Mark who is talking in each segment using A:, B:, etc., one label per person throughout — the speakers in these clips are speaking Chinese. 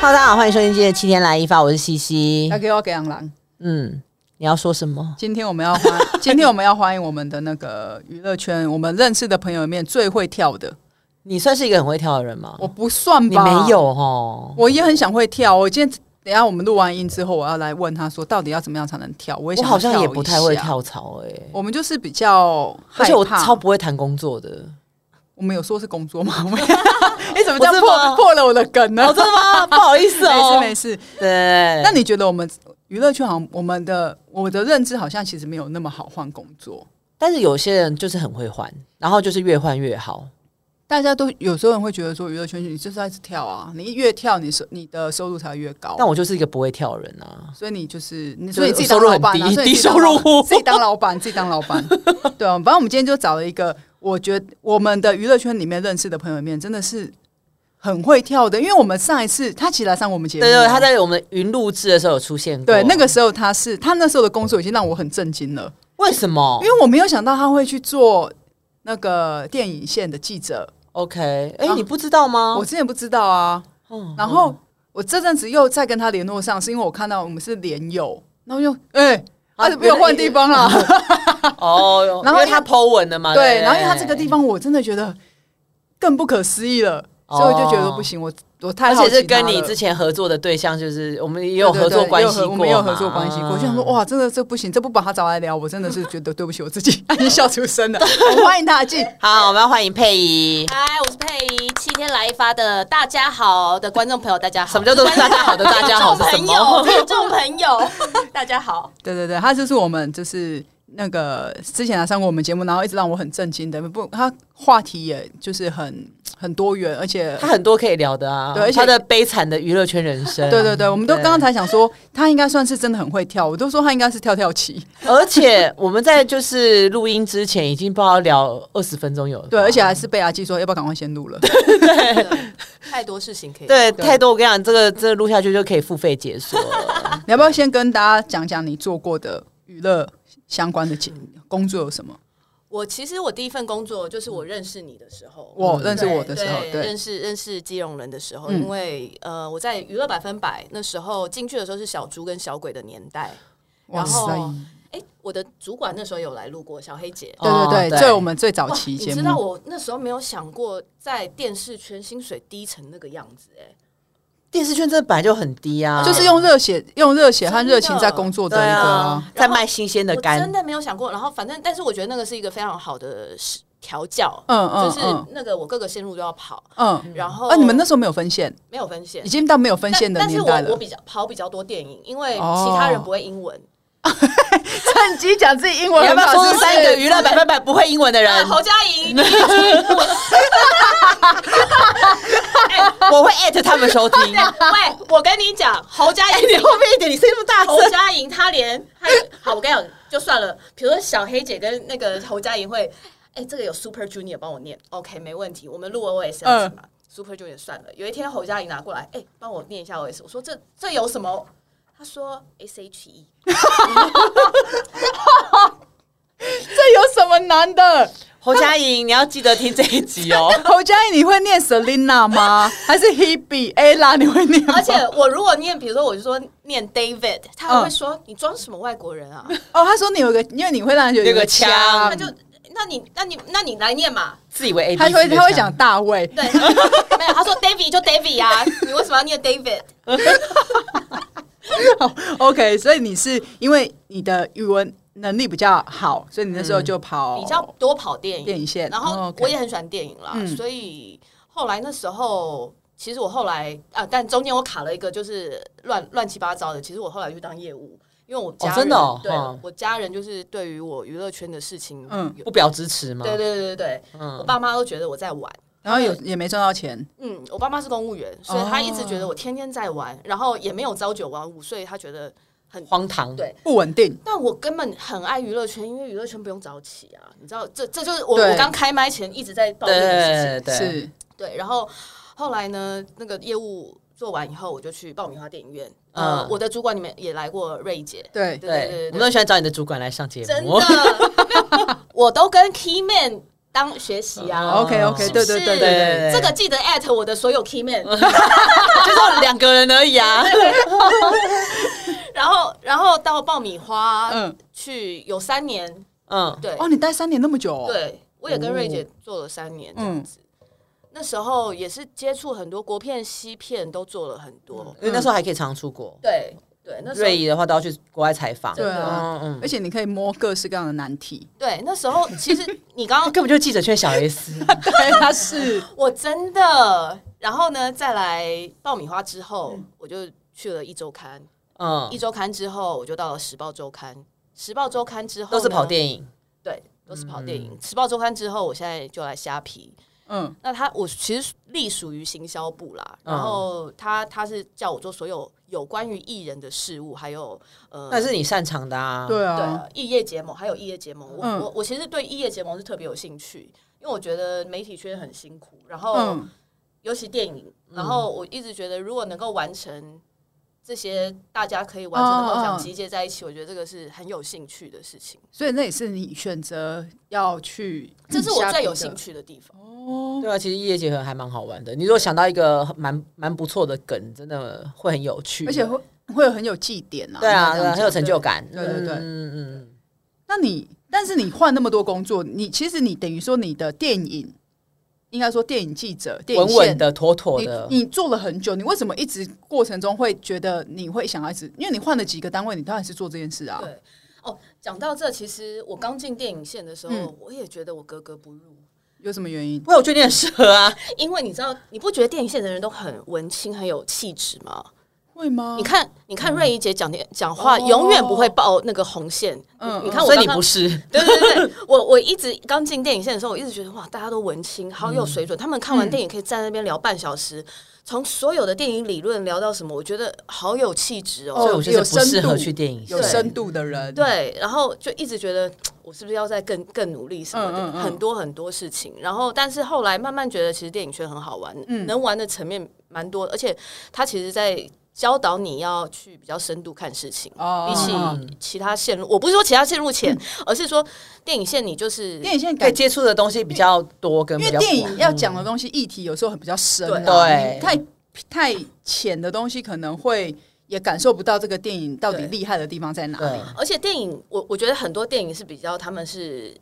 A: Hello，大家好，欢迎收听今天的七天来一发，我是西西
B: 要。给我给杨澜。
A: 嗯，你要说什么？
B: 今天我们要 欢，今天我们要欢迎我们的那个娱乐圈，我们认识的朋友里面最会跳的，
A: 你算是一个很会跳的人吗？
B: 我不算
A: 哦你
B: 吧？
A: 没，有哦。
B: 我也很想会跳。我今天等一下我们录完音之后，我要来问他说，到底要怎么样才能跳？我也
A: 我
B: 想
A: 好像
B: 跳
A: 也
B: 一
A: 不太会
B: 下。
A: 跳槽哎、欸，
B: 我们就是比较害怕，
A: 而且我超不会谈工作 的。
B: 我们有说是工作吗？我们 你怎么这
A: 我是
B: 样
A: 吗
B: 破破了我的梗
A: 哦，
B: 呢？
A: 真的吗？不好意思
B: 没
A: 哦。
B: 事没事。
A: 对，
B: 那你觉得我们娱乐圈好像我们的我的认知好像其实没有那么好换工作，
A: 但是有些人就是很会换，然后就是越换越好。
B: 大家都有时候人会觉得说娱乐圈你就是要一直跳啊，你越跳你收你的收入才会越高，啊
A: 但我就是一个不会跳的人啊。
B: 所以你就是你
A: 就是
B: 所以你自己当老板、
A: 收入
B: 啊，
A: 很低
B: 所以你自己当
A: 低收
B: 老
A: 入户
B: 自己当老板，自 己当老板，对啊。反正我们今天就找了一个，我觉得我们的娱乐圈里面认识的朋友里面真的是很会跳的，因为我们上一次他其实来上我们节
A: 对
B: 目，
A: 对，他在我们云录制的时候有出现过。
B: 对那个时候他是他那时候的工作已经让我很震惊了。
A: 为什么
B: 因为我没有想到他会去做那个电影线的记者，
A: ？OK，哎、
B: 啊
A: 你不知道吗
B: 我？之前不知道啊。
A: 嗯
B: 然后我这阵子又再跟他联络上，是因为我看到我们是连友，然后又哎，
A: 啊
B: 他就又换地方了。
A: 哦，哟
B: 然后
A: 因为
B: 因为
A: 他 Po 文的嘛，
B: 对，
A: 不
B: 然后因为他这个地，方我真的觉得更不可思议了，
A: 哦
B: 所以我就觉得不行，我我太
A: 而
B: 好
A: 且
B: 奇
A: 是跟
B: 他
A: 你
B: 了
A: 之前合作的对象，就是我们也有合作
B: 对对对
A: 关
B: 也
A: 系
B: 有合
A: 过嘛，
B: 我们也有合作关系过。
A: 嗯
B: 就想说，，哇，真的这不行，这不把他找来聊，我真的是觉得对不起我自己， 已经笑出声了。我欢迎他进。
A: 好，我们要欢迎佩仪。
C: 嗨，我是佩仪，七天来一发的大家好的观众朋友，大家好。
A: 什么叫做大家好 的大家好是什
C: 听众朋
A: 么
C: 友，？ 听众朋友， 大家好。
B: 对对对，他就是我们就是那个之前来啊上过我们节目，然后一直让我很震惊的。不，他话题也就是很很多元，而且
A: 他很多可以聊的啊，
B: 对而且
A: 他的悲惨的娱乐圈人生，
B: 对对对，我们都刚刚才想说他应该算是真的很会跳，我都说他应该是跳跳 棋。
A: 而且我们在就是录音之前已经不知道聊二十分钟有了吧，
B: 对，而且还是被阿基说要不要赶快先录 了。
C: 太多事情可以。
A: 对
B: 对
A: 太多，我跟你讲，这个这个录下去就可以付费解 锁了。
B: 你要不要先跟大家讲讲你做过的娱乐相关的节工作有什么？
C: 我其实我第一份工作就是我认识你的时候，
B: 我
A: 嗯
B: 认识我的时候，
C: 对，
B: 对
C: 认识认识基隆人的时候，
B: 嗯
C: 因为呃我在娱乐百分百那时候进去的时候是小猪跟小鬼的年代，
B: 哇
C: 然
B: 塞
C: 后，哎，我的主管那时候有来录过小黑姐，
B: 对对
A: 哦
B: 对，这我们最早
C: 哇
B: 期节
C: 哦你知道
B: 目，
C: 我那时候没有想过在电视圈薪水低成那个样子、哎，
A: 电视圈真的本来就很低啊，
B: 就是用热血、用热血和
C: 真的
B: 热情在工作的
A: 对
B: 一个
A: 啊
B: 啊。，
A: 在卖新鲜的
C: 我
A: 肝
C: 真，的没有想过。然后反正，但是我觉得那个是一个非常好的时调教，
B: 嗯嗯
C: 就是
B: 嗯
C: 那个我各个线路都要跑，
B: 嗯，
C: 然后
B: 啊，你们那时候没有分线，
C: 没有分线
B: 已。经到没有分线的
C: 哦呃但但是
B: 年代
C: 我我
B: 了。
C: 比较跑比较多电影，因为
B: 哦
C: 其他人不会英文。
B: 趁机讲自己英
A: 你要
B: 很
A: 不
B: 好
A: 要说
B: 是
A: 是
B: 是
A: 三个娱乐百分百不会英文的
C: 啊
A: 人？
C: 侯佳莹，你
A: 我会艾特他们收听。
B: 啊
C: 喂，我跟你讲，侯佳
A: 哎，
C: 莹
A: 你
C: 比
A: 后面一点，你声音那么大
C: 侯
A: 声。
C: 佳莹她连她好，我跟你讲就算了。比如说小黑姐跟那个侯佳莹会，哎、这个有 Super Junior 帮我念，OK 没问题，我们录 OS 要什么、Super Junior 算了。有一天侯佳莹拿过来，哎、帮我念一下 OS，我说这这有什么？她说 S H E，
B: 这有什么难的？
A: 侯佳莹，你要记得听这一集 哦。
B: 侯佳颖，你会念 Selina 吗？ 还是 Hebe、Ella？你会念吗？
C: 而且我如果念，比如说我就说念 David，他还会说、你装什么外国人啊？
B: 哦，他说你有个，因为你会让人觉得有
A: 有个
B: 个
A: 腔
B: 腔
C: 他，就那你那你那你来念嘛。
A: 自以为 A，
B: 他会他会讲大卫，
C: 对， 没有，他说 David 就 David 呀、啊，你为什么要念 David？
B: OK，所以你是因为你的语文能力比较好，所以你那时候就跑
C: 嗯比较多跑电影，
B: 电影线
C: 然
B: 哦
C: 后
B: ，OK
C: 我也很喜欢电影啦，
B: 嗯
C: 所以后来那时候，其实我后来啊，但中间我卡了一个就是乱乱七八糟的。其实我后来去当业务，因为我家人、
A: 真的哦
C: 对、
A: 嗯
C: 我家人就是对于我娱乐圈的事情，
B: 嗯
C: 嗯，
A: 不表支持吗？
C: 对对对对对，我
A: 嗯，
C: 爸妈都觉得我在玩。
B: 然后有也没赚到钱，
C: 嗯，我爸妈是公务员，所以他一直
A: 哦
C: 觉得我天天在玩，然后也没有朝九晚五，所以他觉得很
A: 荒唐。
C: 对
B: 不稳定。
C: 但我根本很爱娱乐圈，因为娱乐圈不用早起啊，你知道，这这就是我
B: 对
C: 我刚开麦前一直在抱怨的事情
A: 对。对，
B: 是
C: 对，然后后来呢，那个业务做完以后，我就去爆米花电影院。
A: 嗯
C: 呃，我的主管里面也来过瑞姐，
B: 对
C: 对对对
A: 对，我们都喜欢找你的主管来上节
C: 真
A: 目。
C: 的，没有我都跟 Key Man 当学习啊。
A: 哦
B: OK，OK，
A: 是不
B: 对
A: 是
B: 对对对
A: 对
B: 对，
A: 对对
C: 这个记得 at 我的所有 key man，
A: 就是两个人而已 啊。
C: 然后然后到爆米花，
B: 嗯，
C: 去有三年，
A: 嗯，
C: 对
B: 哦，你待三年那么久、哦，，
C: 对，我也跟瑞姐做了三年
B: 嗯
C: 这样子。那时候也是接触很多国片、西片，都做了很多。
B: 嗯
A: 因为那时候还可以常出国，
C: 对对，那时
A: 瑞
C: 候
A: 怡的话都要去国外采访。
C: 对
B: 啊
A: 嗯嗯
B: 而且你可以摸各式各样的难 题，
C: 对那时候，其实你
A: 嗯，
C: 刚刚
A: 根本就是记者圈小 S。
B: 对，他是
C: 我真的，然后呢，再来爆米花之后，我就去了一周刊。
A: 嗯
C: 一，周刊之后，我就到了时报周刊。时报周刊之后
A: 都是
C: 呢
A: 跑，电影。嗯
C: 对，都是跑电影。时报周刊之后，我现在就来虾皮。
B: 嗯
C: 那他我其实隶属于行销部啦，
A: 嗯
C: 然后他他是叫我做所有有关于艺人的事务，还有呃，
A: 那是你擅长的啊。
B: 对
C: 对
B: 啊
C: 啊，异业结盟，还有异业结盟。我、
B: 嗯
C: 我我其实对异业结盟是特别有兴趣，因为我觉得媒体圈很辛苦，然后、
B: 嗯
C: 尤其电影，然后我一直觉得如果能够完成。这些大家可以完成的梦
B: 哦哦
C: 想
B: 哦
C: 集结在一起，我觉得这个是很有兴趣的事情，
B: 所以那也是你选择要去，
C: 这是我最有兴
B: 兴趣。
C: 趣的地方。
A: 对啊，其实业结合还蛮好玩的。你如果想到一个蛮蛮不错的梗，真的会很有趣，
B: 而且会会有很有祭点啊。
A: 对啊，对
B: 应该这
A: 啊
B: 样
A: 很有
B: 讲
A: 成就感。
B: 对对对
A: 嗯嗯嗯
B: 那你，但是你换那么多工作，你其实你等于说你的电影，应该说电影记者、
A: 嗯，
B: 电影
A: 稳
B: 线
A: 稳，的、妥妥的。
B: 你你做了很久，你为什么一直过程中会觉得你会想要一直？因为你换了几个单位，你当然是做这件事啊。
C: 对，哦，讲到这，其实我刚进电影线的时候，
B: 嗯
C: 我也觉得我格格不入，
B: 有什么原因？
A: 不过我觉得你很适合 啊，
C: 因为你知道，你不觉得电影线的人都很文青、很有气质吗？
B: 会吗？
C: 你，看，你看瑞怡姐讲的讲话，
B: 哦
C: 永远不会爆那个红线。
B: 嗯
C: 你看我
A: 所以
C: 刚
A: 你
C: 刚
A: 不，是。
C: 对对对对，我我一直刚进电影线的时候，我一直觉得哇，大家都文青，好有水准。他们看完电影可以站在那边聊半小时，从所有的电影理论聊到什么，我觉得好有气质
A: 所以
C: 哦。
A: 我觉得
B: 有
A: 不适
B: 深
A: 合
B: 度
A: 去电影
B: 有
A: 圈
B: 深度的人，，
C: 对，然后就一直觉得我是不是要再更更努力什么的，
B: 嗯嗯嗯
C: 很多很多事情。然后，但是后来慢慢觉得，其实电影圈很好玩，能玩的层面蛮多，而且它其实在教导你要去比较深度看事情。
B: 哦嗯
C: 比起
A: 嗯
C: 其他线路，我不是说其他线路浅，而是说电影线你就是
B: 电影现在
A: 可以
B: 感
A: 接触的东西比较多，跟
B: 因
A: 比
B: 为
A: 较
B: 电
A: 广
B: 影要讲的东西议题有时候很比较深、啊，
A: 对
B: 你太太浅的东西可能会也感受不到这个电影到底
C: 对
B: 厉害的地方在哪
A: 对
B: 里。
C: 而且电影，我我觉得很多电影是比较他们是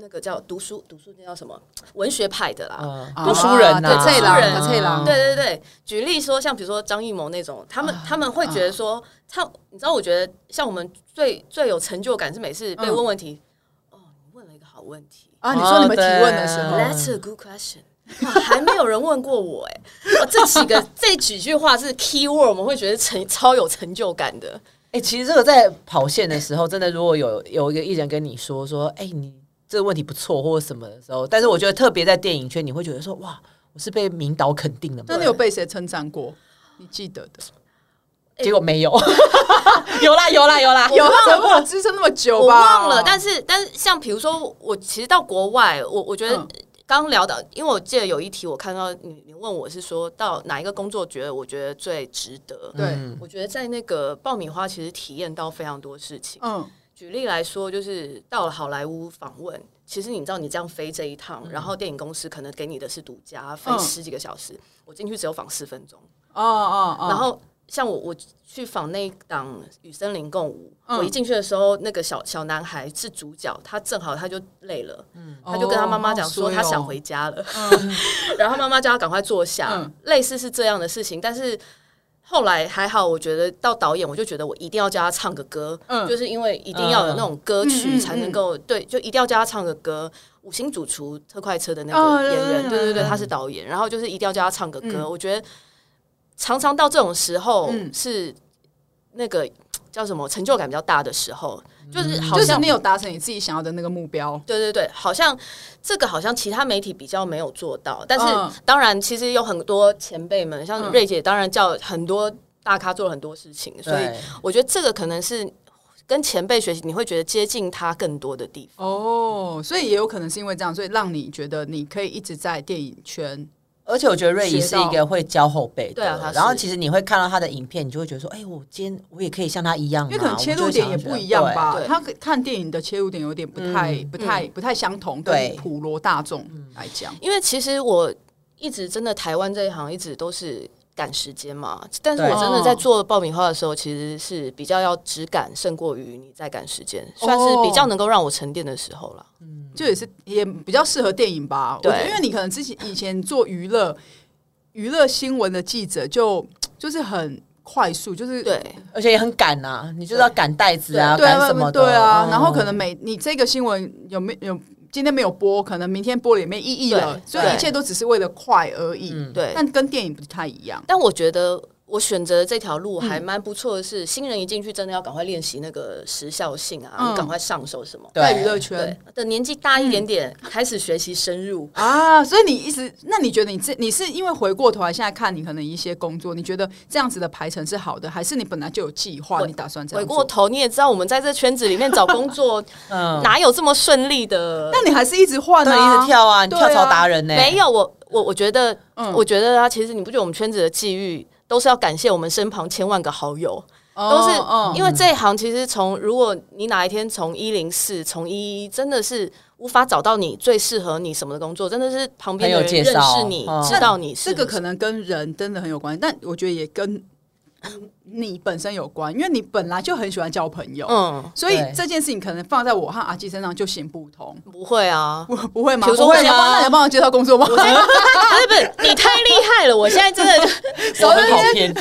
C: 那个叫读书读书那叫什么文学派的啦。
A: 嗯
B: 啊
A: 读书人呐，
B: 对
C: 这一栏
A: 嗯
B: 啊这一栏
C: 对对对，举例说，像比如说张艺谋那种，他
B: 嗯
C: 们、他们会觉得
B: 啊
C: 说，他你知道，我觉得像我们最最有成就感是每次
B: 嗯
C: 被问问题，哦，你问了一个好问题、
B: 啊，你说你们提问的时
A: 哦
B: 候，
A: 对
C: That's a good question 哇。还没有人问过我哎、 哇这几个这几句话是 key word，我们会觉得成超有成就感的。
A: 哎、其实这个在跑线的时候，真的如果有有一个艺人跟你说说，哎、你这个问题不错或者什么的时候，但是我觉得特别在电影圈，你会觉得说，哇，我是被明导肯定了
B: 那
A: 吗？
B: 你有被谁称赞过？你记得的？哎
A: 结果没有， 有啦有啦有啦，
B: 有啊，我支撑那么久
C: 我
B: 吧？
C: 忘了，但是但是像比如说，我其实到国外，我我觉得
B: 嗯
C: 刚聊到，因为我记得有一题我看到你你问我是说到哪一个工作觉得我觉得最值得。
B: 对
A: 嗯
C: 我觉得在那个爆米花其实体验到非常多事情。
B: 嗯，
C: 举例来说，就是到了好莱坞访问，其实你知道你这样飞这一趟，然后电影公司可能给你的是独家，飞
B: 嗯
C: 十几个小时，我进去只有访四分钟。
B: 哦哦哦，
C: 然后像我我去访那一档《与森林共舞》
B: 嗯
C: 我一进去的时候，那个小小男孩是主角，他正好他就累了，
B: 嗯
C: 他就跟他妈妈讲说
B: 哦
C: 他想回，家了， 然后他妈妈叫他赶快坐下，
B: 嗯
C: 类似是这样的事情，但是。后来还好，我觉得到导演，我就觉得我一定要叫他唱个歌，
B: 嗯
C: 就是因为一定要有那种歌
B: 嗯嗯
C: 曲
B: 嗯
C: 才能够、对，就一定要叫他唱个歌。五星主厨特快车的那
B: 哦
C: 个演员，
B: 对对
C: 对对对，
A: 对
C: 他是导演，然后就是一定要叫他唱个歌。我觉得常常到这种时候
B: 嗯
C: 是那个叫什么成就感比较大的时候，就是
B: 嗯
C: 好
B: 就是
C: 像
B: 你有达成你自己想要的那个目标。
C: 对对对，好像这个好像其他媒体比较没有做到，但
B: 嗯
C: 是当然其实有很多前辈们，像
B: 嗯
C: 瑞姐，当然叫很多大咖做了很多事情，所以
A: 对
C: 我觉得这个可能是跟前辈学习，你会觉得接近他更多的地方。
B: 哦，所以也有可能是因为这样，所以让你觉得你可以一直在电影圈
A: 而且我觉得瑞怡是
C: 学到
A: 一个会教后辈的，
C: 对啊她是
A: 然后其实你会看到她的影片，你就会觉得说，哎、我今天我也可以像她一样啊、
B: 因为可能切入点也不一样吧
C: 对，对
B: 他看电影的切入点有点不太、
A: 嗯
B: 不太、不太相同，
A: 对嗯
B: 跟普罗大众来讲，
C: 因为其实我一直真的台湾这一行一直都是赶时间嘛，但是
A: 对
C: 我真的在做爆米花的时候，其实是比较要只赶胜过于你在赶时间，算是比较能够让我沉淀的时候了。
B: 就也是也比较适合电影吧。我
C: 对
B: 觉得因为你可能之前以前做娱乐娱乐新闻的记者就，就是很快速，就是
C: 对，
A: 对，而且也很赶啊，你就是要赶袋子啊，
B: 对
A: 赶
B: 啊
A: 什么的，
B: 对啊，
C: 哦
A: 嗯
B: 然后可能每你这个新闻有没有今天没有播，可能明天播了也没意义了
C: 对，嗯
B: 所以
C: 对
B: 一切都只是为了快而已。
C: 对，
B: 但跟电影不太一样，
C: 但我觉得我选择这条路还蛮不错的是，新人一进去真的要赶快练习那个时效性啊，
B: 嗯
C: 你赶快上手什么。
A: 对
B: 在娱乐圈
C: 对，啊嗯等年纪大一点点，开始学习深入。
B: 啊，所以你一直，那你觉得你这你是因为回过头来现在看你可能一些工作，你觉得这样子的排程是好的，还是你本来就有计划，
C: 回
B: 你打算这
C: 回
B: 样做
C: 过？头，你也知道，我们在这圈子里面找工 作，
A: 嗯，
C: 哪有这么顺利的？
B: 但你还是一直换
A: 对，
B: 啊，
A: 一直跳啊，你
B: 对
A: 跳槽达人呢、
C: 没有，我我我觉得，
B: 嗯
C: 我觉得啊，其实你不觉得我们圈子的际遇都是要感谢我们身旁千万个好友，
B: 哦，
C: 都是
B: 哦
C: 因为这一行其实从如果你哪一天从一零四从一一真的是无法找到你最适合你什么的工作，真的是旁边的
A: 很有
C: 人
A: 介
C: 认
A: 绍
C: 识你
A: 嗯，
C: 知道你
B: 这
C: 是
B: 个可能跟人真的很有关系，但我觉得也跟你本身有关，因为你本来就很喜欢交朋友，
C: 嗯
B: 所以
A: 对
B: 这件事情可能放在我和阿基身上就行不通，。
C: 不会啊
B: 不 不会吗？
C: 比如说
B: 我
C: 会
B: 说你要
C: 吗
B: 帮那你要帮我介绍工作吗？
C: 不是不是，你太厉害了！我现在真的就，
A: 我很讨厌，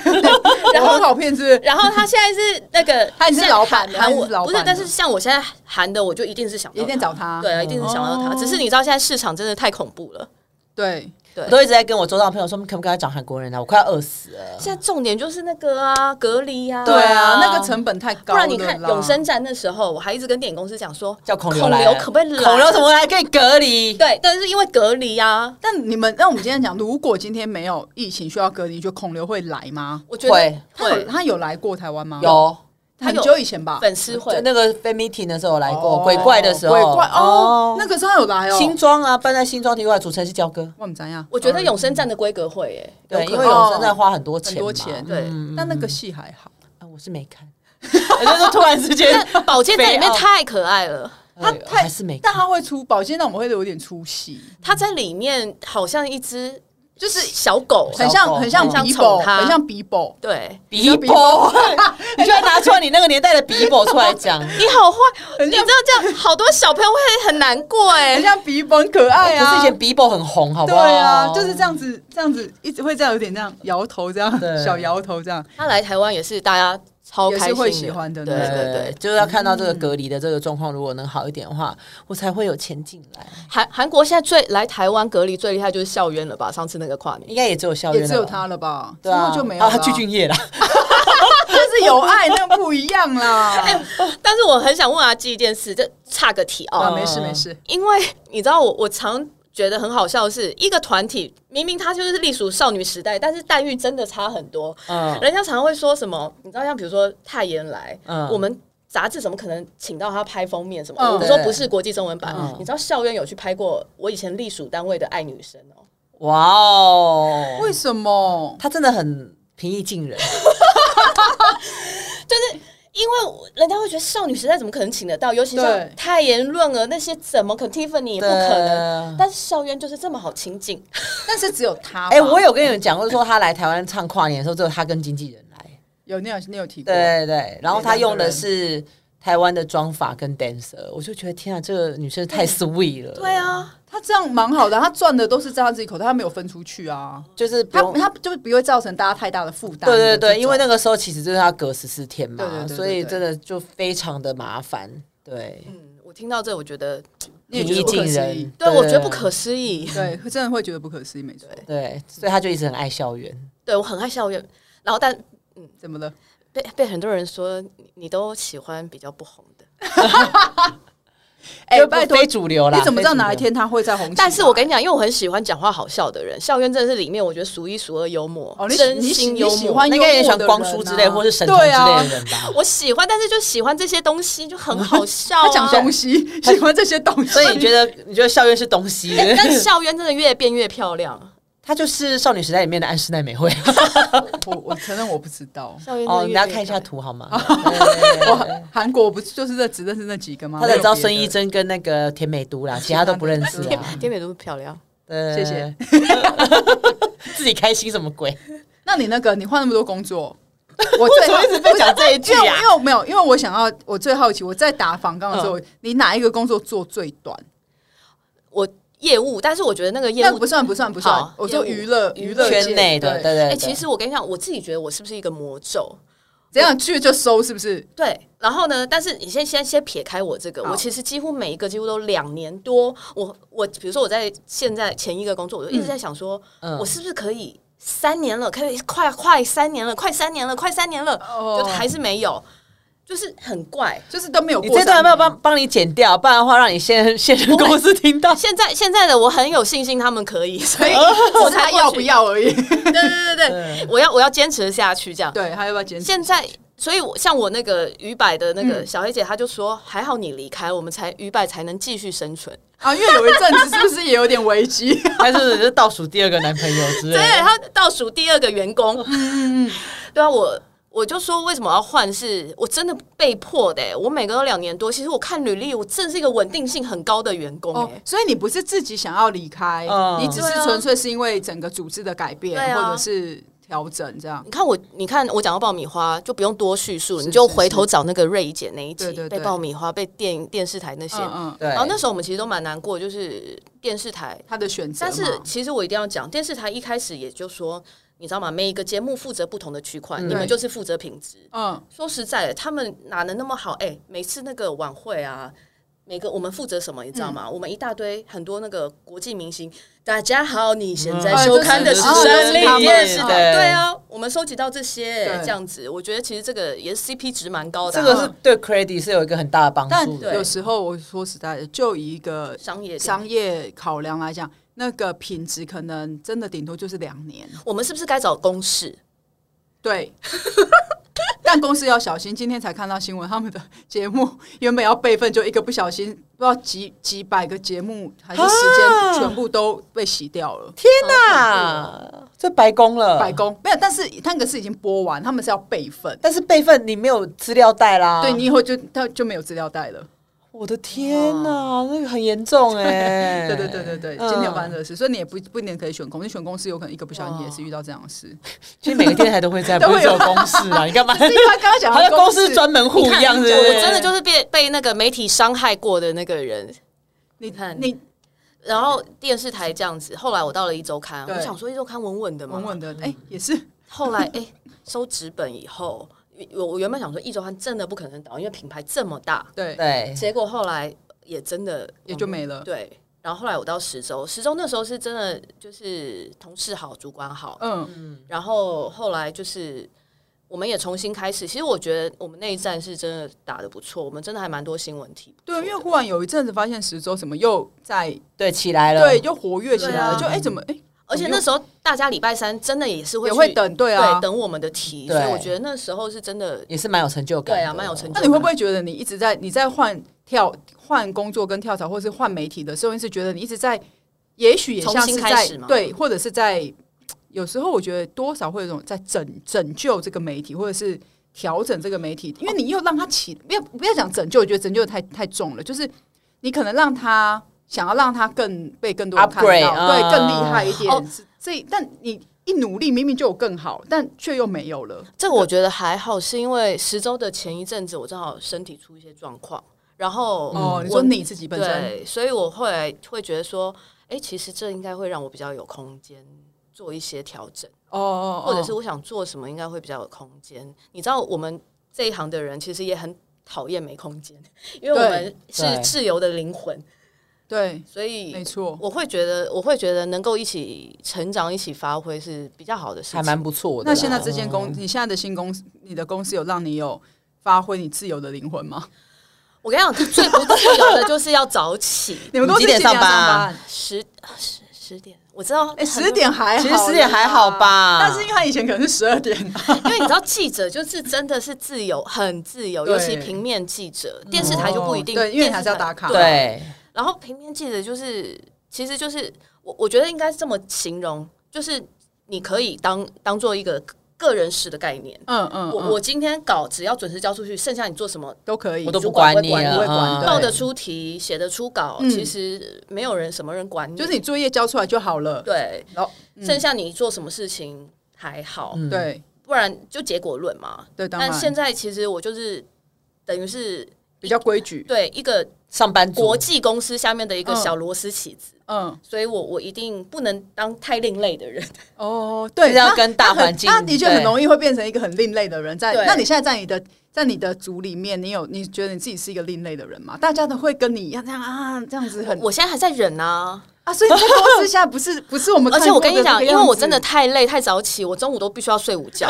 B: 然后好骗是
C: 然后他现在是那个，
B: 他也是
C: 像
B: 老板
C: 韩
B: 他也
C: 我
B: 是老板
C: 不是，但是像我现在韩的，我就一定是想
B: 一
C: 到
B: 定
C: 他
B: 找他，
C: 对啊，一定是想到他。
B: 哦
C: 只是你知道现在市场真的太恐怖了。
B: 对，
A: 我都一直在跟我桌上的朋友说，可不可以找韩国人啊？我快要饿死了。
C: 现在重点就是那个啊，隔离啊，
B: 对啊，
A: 啊
B: 那个成本太高
C: 不
B: 了啦。
C: 然你看永生站那时候，我还一直跟电影公司讲说，
A: 叫孔
C: 孔
A: 来，
C: 刘可不可以来？
A: 孔刘怎么来可以隔离？
C: 对，但是因为隔离啊，
B: 但你们，那我们今天讲，如果今天没有疫情需要隔离，你觉得孔刘会来吗？
C: 我觉得
A: 会
B: 他有
C: 会
B: 他有来过台湾吗？
A: 有，
B: 很久以前吧，
C: 粉丝
A: 就
C: 会，
A: 那个 fan meeting 的时候有来过，
B: 哦
A: 鬼怪的时候，
B: 鬼怪哦，那个时候他有来哦。
A: 新庄啊，办在新庄体育馆，主持人是焦哥。
B: 我们怎样？
C: 我觉得
B: Sorry
C: 永生站的规格会诶，
A: 对，
C: 有
A: 因
C: 可
A: 为
C: 能
A: 永生在花很多钱
B: 很
A: 嘛，
B: 多钱，
C: 对
A: 嗯
B: 但那个戏还好。
A: 啊我是没看， 我就是突然之 间，
C: 宝剑在里面
A: 北澳
C: 太可爱了，
B: 他
A: 哎我
B: 太
A: 还是没
B: 但
A: 看，
B: 他会出宝剑，那我们会有点出戏，
C: 他在里面好像一只就是小狗，
A: 小
B: 很像
A: 狗
B: 很像
C: 很像
B: 比宝，
C: 宠他
B: 很像比宝。
C: 对，
A: 鼻
B: 比宝
A: 波， 你居然拿出你那个年代的鼻波出来讲，
C: 你好坏，你知道这样好多小朋友会很难过
B: 很
C: 诶。
B: 像比宝，很可爱
A: 可
B: 啊。
A: 是以前鼻波很红，好不
B: 对
A: 好？
B: 啊，就是这样子，这样子一直会这样有点这样摇头，这样
A: 对
B: 小摇头这样。
C: 他来台湾也是大家超
B: 也是
C: 开心的，
B: 会喜欢的
C: 对
B: 那
A: 对。
C: 对
A: 对
C: 对
A: 对，。就是要看到这个
B: 嗯
A: 隔离的这个状况，如果能好一点的话，我才会有钱进来。
C: 韩韩国现在最来台湾隔离最厉害就是校园了吧？上次那个跨年
A: 应，该也只有校园
B: 也
A: 了吧，
B: 只有他了吧？之
A: 对啊，
B: 后就没有了
A: 啊他
B: 啊。
A: 去俊业啦，
B: 但是有爱，那不一样 啦。
C: 但是我很想问阿基一件事，这差个题哦，
B: 啊，没事没事，
C: 因为你知道我我常觉得很好笑的是，一个团体明明它就是隶属少女时代，但是待遇真的差很多。
B: 啊
A: 嗯，
C: 人家常会说什么，你知道像比如说泰妍来，
B: 啊
A: 嗯
C: 我们。杂志怎么可能请到他拍封面什么？
B: 嗯
C: 我说
A: 对
C: 不是国际中文版，
B: 啊
A: 嗯
C: 你知道校园有去拍过我以前隶属单位的爱女生哦、
A: 哇哦，
B: 为什么？
A: 他真的很平易近人，
C: 因为我人家会觉得少女时代怎么可能请得到？尤其像
B: 对
C: 泰妍、润儿那些，怎么可能 Tiffany 也不可能？
A: 能
C: 但是校园就是这么好亲近，
B: 但是只有他吧。
A: 哎、我有跟你们讲过，说他来台湾唱跨年的时候，只有他跟经纪人来。
B: 有你有你有提过，
A: 对对对，然后他用的
B: 人
A: 是台湾的妆法跟 dancer，我就觉得天啊，这个女生太 sweet 了。
C: 对，啊，
B: 他这样蛮好的，他赚的都是在他自己口袋，他没有分出去啊。
A: 就是不
B: 他
A: 用。
B: 他就是不会造成大家太大的负担
A: 对
B: 的
A: 对
B: 这种。
A: 对，因为那个时候其实就是他隔十四天嘛，
B: 对对对对
A: 所以
B: 对
A: 真的就非常的麻烦。对，
C: 嗯，我听到这我觉得
B: 你也
A: 平
B: 觉
A: 易
B: 得不
A: 近
B: 可思
A: 人
B: 议。。
C: 对，我觉得不可思议。
B: 对，真的会觉得不可思议，没错。
A: 对，所以他就一直很爱校园。
C: 对我很爱校园，然后但
B: 怎么了？
C: 被被很多人说你你都喜欢比较不红的，
B: 哎
A: 就，
B: 拜托，
A: 非主流啦！
B: 你怎么知道
A: 非主流
B: 哪一？天他会再红起来？
C: 但是我跟你讲，因为我很喜欢讲话好笑的人，校园真的是里面我觉得数一数二幽默，
B: 哦你喜
C: 真
B: 你喜
C: 心
B: 你
C: 幽
B: 喜
C: 默
B: 欢。
A: 那应该也喜欢
B: 幽默
A: 光
B: 的人
A: 叔之
B: 啊
A: 类，或是神童之
B: 对啊
A: 类的人吧。
C: 我喜欢，但是就喜欢这些东西，就很好笑、
A: 哦
C: 啊。
B: 他讲东西， 喜欢这些东西，
A: 所以你觉得，你觉得校园是东西？
C: 但校园真的越变越漂亮，。
A: 她就是少女时代里面的安室奈美 惠。
B: 我我承认我不知道
C: 校园
A: 哦，你大家看一下图好吗？对对对
B: 我韩国不是就是这只认识那几个吗？
A: 他只知道孙
B: 一
A: 艺珍跟那个田美都啦，其他都不认识啊。
C: 甜美都漂亮，
A: 对
B: 谢谢。
A: 自己开心什么鬼？
B: 那你那个你换那么多 工作，我最好
A: 一直被讲这一句
B: 因为
A: 啊
B: 因？为我没有，因为我想要，我最好奇，我在打访纲的时
A: 嗯
B: 候，你哪一个工作做最短？
C: 我业务，但是我觉得那个业
B: 那
C: 务
B: 不算，不算，不算
C: 好。
B: 我做娱乐
C: 业务
B: 娱乐界
A: 圈内的，
B: 对
A: 对对
C: 哎、
A: 对。
C: 其实我跟你讲，我自己觉得我是不是一个魔咒？
B: 怎样去就收，是不是？
C: 对，然后呢？但是你先先先撇开我这个，
B: 好
C: 我其实几乎每一个几乎都两年多。我我比如说我在现在前一个工作，我就一直在想说，
A: 嗯
C: 我是不是可以三年了，可以快快三年了，快三年了，快三年了，
B: 哦
C: 就还是没有，就是很怪。
B: 就是都没有
A: 你
B: 过
A: 这
B: 三年。
A: 段要不要帮帮你剪掉？不然的话，让你现现任公司听 到。
C: 现在现在的我很有信心，他们可以， 所以
B: 我
C: 我才
B: 才要不
C: 去
B: 要 而已。
C: 对对对
A: 嗯
C: 对，我要我要坚持下去这样。
B: 对，还要不要坚持？
C: 现在，所以我像我那个鱼摆的那个小黑姐，她就说，还好你离开，我们才鱼摆才能继续生存。
B: 啊，因为有一阵子是不是也有点危机？
A: 他 是不是就倒数第二个男朋友之类
C: 对，
A: 的？
C: 她倒数第二个员
B: 嗯
C: 工， 对啊，我我就说为什么要换，是我真的被迫的欸、我每隔两年多，其实我看履历，我真是一个稳定性很高的员工、欸，
B: 哦，所以你不是自己想要离开，
A: 嗯
B: 你只是纯粹是因为整个组织的改变，
C: 对啊
B: 或者是调整这样。
C: 你看我，你看我讲到爆米花，就不用多叙述，你就回头找那个瑞姐那一集，
B: 对对对
C: 被爆米花、被电电视台那些。
B: 嗯嗯，
A: 对
C: 然后那时候我们其实都蛮难过，就是电视台。
B: 他的选择嘛。
C: 但是其实我一定要讲，电视台一开始也就说，你知道吗？每一个节目负责不同的区块，你们就是负责品质。
B: 嗯，
C: 说实在的，他们哪能那么好？哎、每次那个晚会啊，每个我们负责什么，你知道吗？我们一大堆很多那个国际明星，大家好，你现在
B: 嗯
C: 收看的是
B: 哦就是
C: 山
B: 他们
C: 林电视
B: 嗯
C: 台，对啊，我们收集到这些
B: 对
C: 这样子，我觉得其实这个也是 CP 值蛮高 的
A: 这
C: 啊、
A: 个是对 credit 是有一个很大的帮
B: 但
A: 助的。
C: 对
B: 有时候我说实在的，就以一个
C: 商业
B: 商业考量来讲，那个品质可能真的顶多就是两年。
C: 我们是不是该找公式？
B: 对， 但公司要小心。今天才看到新闻，他们的节目原本要备份，就一个不小心，不知道几几百个节目还是时
A: 啊
B: 间，全部都被洗掉了。
A: 天哪，这白宫了，
B: 白。宫呃没有，但是那个是已经播完，他们是要备份。
A: 但是备份你没有资料带啦。
B: 对你以后就他就没有资料袋了。
A: 我的天呐，那个很严重哎、
B: 对对对对对，今天有发生这个事，所以你也不不一定可以选公司，你选公司有可能一个不小心也是遇到这样的 事。
A: 其实每个电视台都会这样，
B: 都
A: 不
B: 会
A: 是只
B: 有
A: 有公司啊，你干嘛？
B: 是因为他刚刚讲
A: 好
B: 到
A: 像公司专门户一样，是不是？
C: 我真的就是被被那个媒体伤害过的那个人。
B: 你
C: 看
B: 你
C: 然后电视台这样子，后来我到了一周刊，
B: 对
C: 我想说一周刊稳稳的嘛，
B: 稳稳的，哎、也是
C: 后来哎、诶收纸本以后，我我原本想说一周刊真的不可能倒，因为品牌这么大。
B: 对，
A: 对，
C: 结果后来也真的
B: 嗯也就没了。
C: 对。然后后来我到十周，十周那时候是真的就是同事好，主管好。
B: 嗯，
C: 然后后来就是我们也重新开始。其实我觉得我们那一站是真的打的不错，我们真的还蛮多新闻题。
B: 对，因为忽然有一阵子发现十周怎么又在
A: 对起来了，
B: 对，又活跃起来了，
C: 对啊
B: 就哎、怎么哎、
C: 而且那时候大家礼拜三真的也是会
B: 也
C: 去
B: 会等对啊
C: 等我们的题，所
A: 对
C: 以我觉得那时候是真的
A: 也是蛮有成就感的，
C: 对啊蛮有成就
B: 那你会不会觉得你一直在你在换跳换工作跟跳槽，或是换媒体的时候，你是觉得你一直在，也许也像
C: 重
B: 是
C: 新
B: 在
C: 开始吗
B: 对，或者是在有时候我觉得多少会有一种在拯拯救这个媒体，或者是调整这个媒体，因为你又让它起，不要不要讲拯救，我觉得拯救太太重了，就是你可能让它想要让它更被更多人看到
A: Upgrade，嗯
B: 对，更厉害一点。
C: 啊哦
B: 这但你一努力，明明就有更好，但却又没有了。
C: 这个我觉得还好，是因为十周的前一阵子，我正好身体出一些状况，然后
B: 哦，
C: 嗯我
B: 你说你自己本身
C: 对，所以我后来会觉得说，哎，其实这应该会让我比较有空间做一些调整，
B: 哦哦，哦
C: 或者是我想做什么，应该会比较有空间。你知道，我们这一行的人其实也很讨厌没空间，因为我们是
A: 对
C: 自由的灵魂，
B: 对，
C: 所
B: 没
C: 以。
B: 错。
C: 我会觉得，我会觉得能够一起成长、一起发挥是比较好的事
A: 还
C: 情。
A: 蛮不错的啦。嗯
B: 那现在这间公，你现在的新公司，你的公司有让你有发挥你自由的灵魂吗？
C: 我跟你讲，最不自由的就是要早起。
B: 你们公司
A: 几点
B: 上
A: 上班啊
B: 班？
C: 十十十点，我知道，
B: 哎，十，点还好，
A: 其实十点还好，吧，
B: 但是因为他以前可能是十二点啊。
C: 因为你知道记者就是真的是自由，很自由，
B: 对嗯哦
C: 尤其平面记者，电视台就不一定，
B: 对因为
C: 电视台
B: 还是要打卡
C: 对，
A: 对
C: 然后平面记者就是，其实就是我我觉得应该是这么形容，就是你可以当当做一个个人史的概念。
B: 嗯嗯，
C: 我
B: 嗯
C: 我今天稿只要准时交出去，剩下你做什么
B: 都可以，
A: 我都不
C: 主管
A: 管
C: 会
A: 你
C: 管
A: 了，
B: 不会管
A: 嗯
B: 对
C: 报得出题，写得出稿，
B: 嗯
C: 其实没有人什么人管你，
B: 就是你嗯作业交出来就好了。
C: 对，
B: 然后
C: 剩下你做什么事情还好，
A: 嗯
B: 对
C: 不然就结果论嘛。
B: 对，当
C: 但
B: 然
C: 现在其实我就是等于是
B: 比较规矩。
C: 对一个
A: 上班族
C: 国际公司下面的一个
B: 嗯
C: 小螺丝起子，
B: 嗯，
C: 所以我我一定不能当太另类的人。
B: 哦，对，
A: 就是要
B: 那
A: 跟大
B: 那很
A: 环境
B: 那的确
A: 对
B: 很容易会变成一个很另类的人。在
C: 对
B: 那你现在在你的在你的组里面，你有你觉得你自己是一个另类的人吗？大家都会跟你一样这样啊，这样子很
C: 我现在还在忍啊，
B: 啊，所以你在公司现在不是不是 我们
C: 而
B: 看
C: 且
B: 过
C: 我
B: 的
C: 跟
B: 那
C: 你
B: 个样子，
C: 讲，因为我真的太累太早起，我中午都必须要睡午 觉。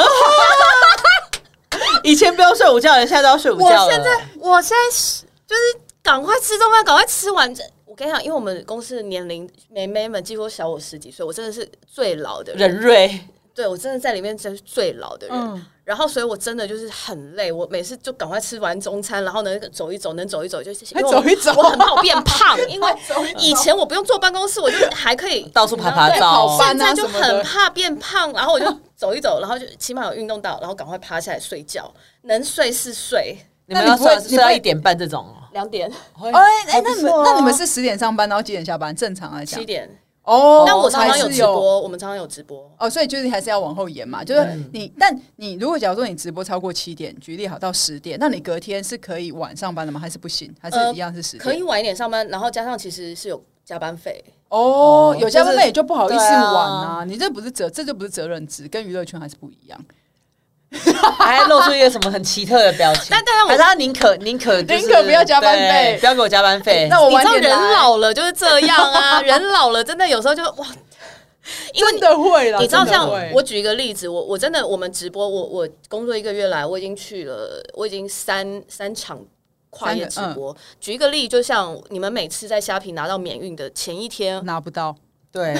A: 以前不用睡午觉，现在都要睡午
C: 我
A: 觉了。
C: 现在我现在是就是赶快吃中饭，赶快吃完。这我跟你讲，因为我们公司的年龄，妹妹们几乎小我十几岁，我真的是最老的人。
A: 人瑞，
C: 对我真的在里面真是最老的人。
B: 嗯
C: 然后，所以我真的就是很累，我每次就赶快吃完中餐，然后呢走一走，能走一走就谢谢。因为我
B: 走一走
C: 我很怕我变胖，因 为以前我不用坐办公室，我就还可以
A: 到处爬爬
C: 对
A: 照
C: 现在就
B: 啊什么的
C: 很怕变胖，然后我就走一走，然后就起码有运动到，然后赶快趴下来睡觉，能睡是睡，
A: 你们
B: 那
A: 要
B: 你不会
A: 睡
B: 你
A: 睡
B: 不
A: 到
B: 会
A: 一点半这种哦。
C: 两点
A: 会
B: 哎哎
A: 还，不
B: 那你们
A: 错啊
B: 那你们是十点上班，然后几点下班？正常来讲
C: 七点。
B: 哦，
C: 但我常常有
B: 还
C: 直
B: 是有
C: 播，我们常常有直播。
B: 哦，所以就是还是要往后延嘛，就是你，但你如果假如说你直播超过七点，举例好到十点，那你隔天是可以晚上班的吗？还是不行？还是
C: 呃
B: 一样是十点？
C: 可以晚一点上班，然后加上其实是有加班费，
B: 哦
A: 哦，
B: 有加班
A: 就是
B: 费也就不好意思
A: 对
B: 晚
A: 啊
B: 啊，你这不是责，这就不是责任制，跟娱乐圈还是不一样。
A: 还露出一个什么很奇特的表情。
C: 但但我
A: 还是他宁可宁可就是
B: 宁可不要加班费
A: 对不要给我加班费。
B: 那我
C: 你
B: 晚
C: 知道
B: 点
C: 人
B: 来
C: 老了就是这样啊，人老了真的有时候就哇，因为
B: 真的会啦，
C: 你知道，
B: 真的
C: 像
B: 会
C: 我举一个例子，我我真的我们直播，我我工作一个月来，我已经去了，我已经三三场跨业直
B: 三个嗯
C: 播。举一个例，就像你们每次在虾皮拿到免运的前一天，
B: 拿不到
A: 对，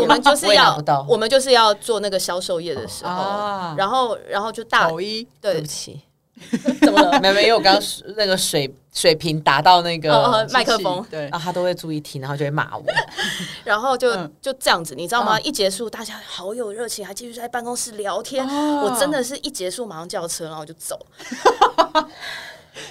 C: 我们就 是
A: 我也拿
C: 要
A: 不到
C: 我们就是要做那个销售业的时候，
B: 啊，
C: 然后然后就大
B: 抖音
A: 啊对
C: 对
A: 不，起，
C: 怎么 了？
A: 没有没有，因为我刚刚水那个水水瓶打到那个
C: 哦哦
A: 机器
C: 麦克风
B: 对
A: 然。后他都会注意听，然后就会骂我。
C: 然后就、
B: 嗯
C: 就这样子，你知道吗？
B: 嗯
C: 一结束，大家好有热情，还继续在办公室聊天。
B: 哦
C: 我真的是一结束马上叫车，然后就走。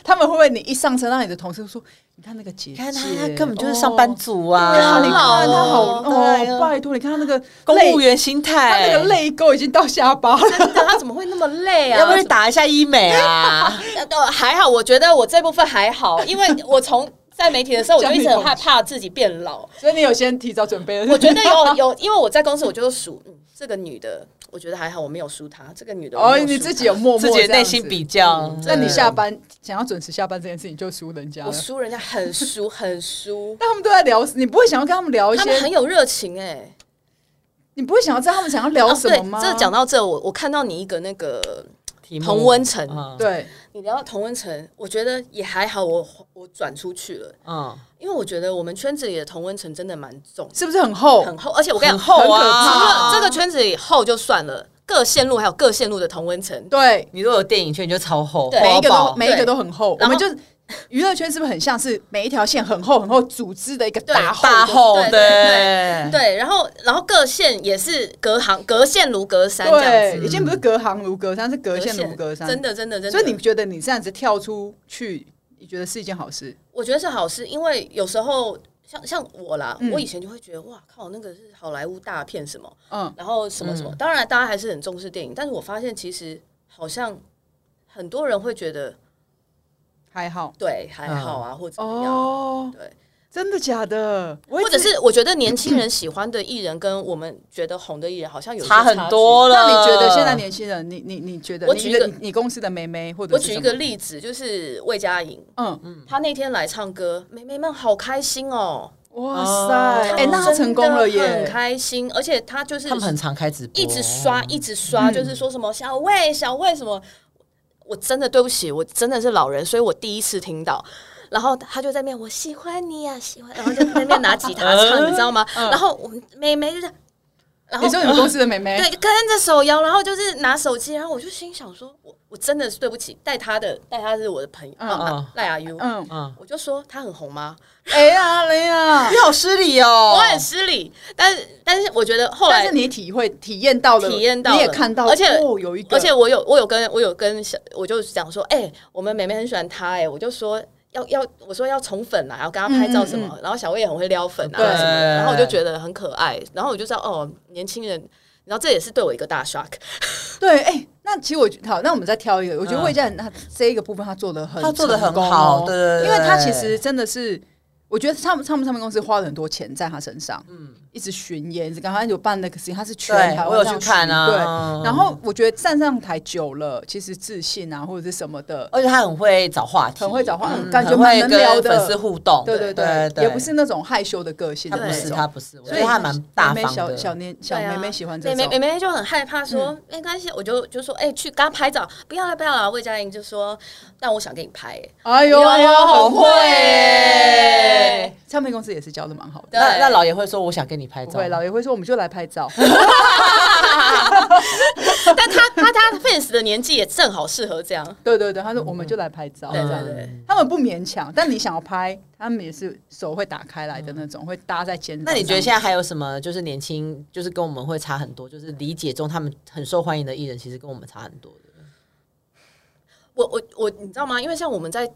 B: 他们会不会你一上车，让你的同事说：“你看那个姐姐，
A: 你看他，他根本就是上班
B: 哦
A: 族
B: 对啊
A: 啊，
B: 你看
C: 好
B: 他
C: 老
B: 好
C: 哦
A: 对
B: 哦，
A: 啊
B: 拜托，你看他那个
A: 公务
B: 员，
A: 员心
B: 他
A: 态，
B: 那个泪沟已经到下巴了。
C: 真的，他怎么会那么累 啊？
A: 要不然打一下医美啊？
C: 呃，还好，我觉得我这部分还好，因为我从在媒体的时候，我 就一直很害怕自己变老。
B: 所以你有先提早准备了，
C: 我觉得有有，因为我在公司，我就数，嗯，这个女的，我觉得还好，我没有输她。这个女的，我
B: 哦，
C: 没输
B: 你自己有默默
A: 自己的
B: 这样
A: 内
B: 子
A: 心比较
C: 嗯。
B: 那你
A: 对
B: 下班想要准时下班这件事情就输人家
C: 她，我
B: 了。，
C: 输人家很输 很输
B: 但他们都在聊，你不会想要跟他们聊一
C: 他们很
B: 些，
C: 有热情哎、
B: 你不会想要知道他们想要聊
C: 哦
B: 什么吗？
C: 对，这讲到这，我我看到你一个那个，
A: 题目
C: 同温层
A: 嗯
B: 对，
C: 你聊到同温层，我觉得也还好我，我转出去了，
A: 嗯，
C: 因为我觉得我们圈子里的同温层真的蛮重，
B: 是不是很厚？
C: 很厚，而且我跟你
A: 很
C: 讲，
A: 厚
B: 很可
A: 啊。
C: 除
B: 怕
C: 了这个圈子以后就算了，各线路还有各线路的同温层，
B: 对，
A: 你如果有电影圈，你就超厚，
C: 对
B: 每一
A: 厚
B: 个都
A: 爆
B: 每一个都很厚。我
C: 然后
B: 们就娱乐圈是不是很像是每一条线很厚很厚组织的一个大厚
A: 大
B: 的？
A: 厚，
C: 对对
A: 对
C: 对，然后然后各线也是隔行隔线如隔山这样
B: 对，
C: 子，
B: 已经不是隔行如隔山，是隔线如隔山。
C: 真，的真的真的。
B: 所以你觉得你这样子跳出去，你觉得是一件好事？
C: 我觉得是好事，因为有时候像像我啦，
B: 嗯
C: 我以前就会觉得哇靠，那个是好莱坞大片什么，
B: 嗯，
C: 然后什么什么，当然大家还是很重视电影，但是我发现其实好像很多人会觉得
B: 还好。
C: 对还好啊，或者怎么样。
B: 嗯哦，
C: 对，
B: 真的假的？我一
C: 或者
B: 直
C: 是我觉得年轻人喜欢的艺人跟我们觉得红的艺人好像有一些
A: 差很
C: 距
A: 多了。
B: 那你觉得现在年轻人，你你你觉得，
C: 我
B: 你
C: 举
B: 觉得
C: 一个
B: 你你公司的妹妹或者
C: 我
B: 是
C: 举一
B: 什
C: 个
B: 么，
C: 例子，就是魏佳莹，
B: 嗯，
C: 她那天来唱歌，妹妹们好开心哦，
B: 哇
A: 哦
B: 塞，哎，那她成功了
C: 真的很
B: 耶！
C: 开心，而且她就是
A: 他们很常开直播，
C: 一直刷，一直刷，
B: 哦嗯
C: 就是说什么小魏，小魏什么，我真的对不起，我真的是老人，所以我第一次听到。然后她就在那边，我啊
B: 嗯
C: 喜欢你呀、喜欢，然后就在那边拿吉他唱，你知道吗？然后我们妹妹就是然后
B: 你说你们公司的妹妹，
C: 对，跟着手摇，然后就是拿手机，然后我就心想说，我我真的是对不起，带他的带他是我的朋友，
B: 嗯
C: 啊啊
A: 嗯
C: 赖阿 U，
B: 嗯，
A: 嗯，
C: 我就说他很红吗？
B: 哎呀，哎呀
A: 你，好失礼哦，
C: 我很失礼，但是但是我觉得后
B: 但
C: 来
B: 是你体会体验到了，
C: 体验到了
B: 你也看到，
C: 而且
B: 哦，有一个，
C: 而且我有我有跟我有跟小我就讲说，哎、我们妹妹很喜欢他、哎，我就说要要我说要宠粉啊，要跟他拍照什么，然后小薇也很会撩粉
B: 嗯
C: 啊
B: 对
C: 什么的，然后我就觉得很可爱，然后我就知道哦，年轻人，然后这也是对我一个大 shock，
B: 对，哎、那其实我觉得好，那我们再挑一个，我觉得
A: 嗯
B: 魏佳他这一个部分他做的很，哦
A: 他做得很好对对对
B: 因为他其实真的是。我觉得他们他们唱片公司花了很多钱在他身上，嗯，一直巡演，一直刚刚有办那个事情，他是全
A: 对
B: 台，湾
A: 我有
B: 这
A: 去
B: 样
A: 看
B: 巡对，
A: 啊，
B: 然后我觉得站上台久了，其实自信啊或者是什么的，
A: 而且他很会找话题，
B: 很会找话
A: 嗯
B: 感觉
A: 很
B: 蛮
A: 会
B: 能聊
A: 跟
B: 的
A: 粉丝互动，
B: 对对对，
A: 对，
B: 也不是那种害羞的个性，
A: 他不
B: 对
A: 是
B: 那种
A: 他不是，我
B: 所
A: 觉
B: 以
A: 得他蛮大
B: 妹妹
A: 方
B: 小
A: 的，
B: 小年小
C: 对啊
B: 妹妹喜欢这种，嗯
C: 妹妹妹妹就很害怕说、没关系，我就就说哎、去跟他拍照，不要了不要了，魏佳莹就说，但我想给你拍、哎
B: 哎呦哎呦，
A: 好
B: 好
A: 会
B: 会
A: 耶
B: 耶！唱片公司也是教的蛮好的。
C: 对
A: 那那老爷会说我想跟你拍
B: 不
A: 照，
B: 会，老爷会说我们就来拍照。
C: 但他他他 fans 的年纪也正好适合这样，
B: 对对对，他说我们就来拍照。
C: 对
A: 嗯
C: 对对，
B: 他们不勉强，但你想要拍，他们也是手会打开来的那种，会搭在肩。
A: 那你觉得现在还有什么就是年轻，就是跟我们会差很多，就是理解中他们很受欢迎的艺人，其实跟我们差很多的。
C: 我我我，你知道吗？因为像我们在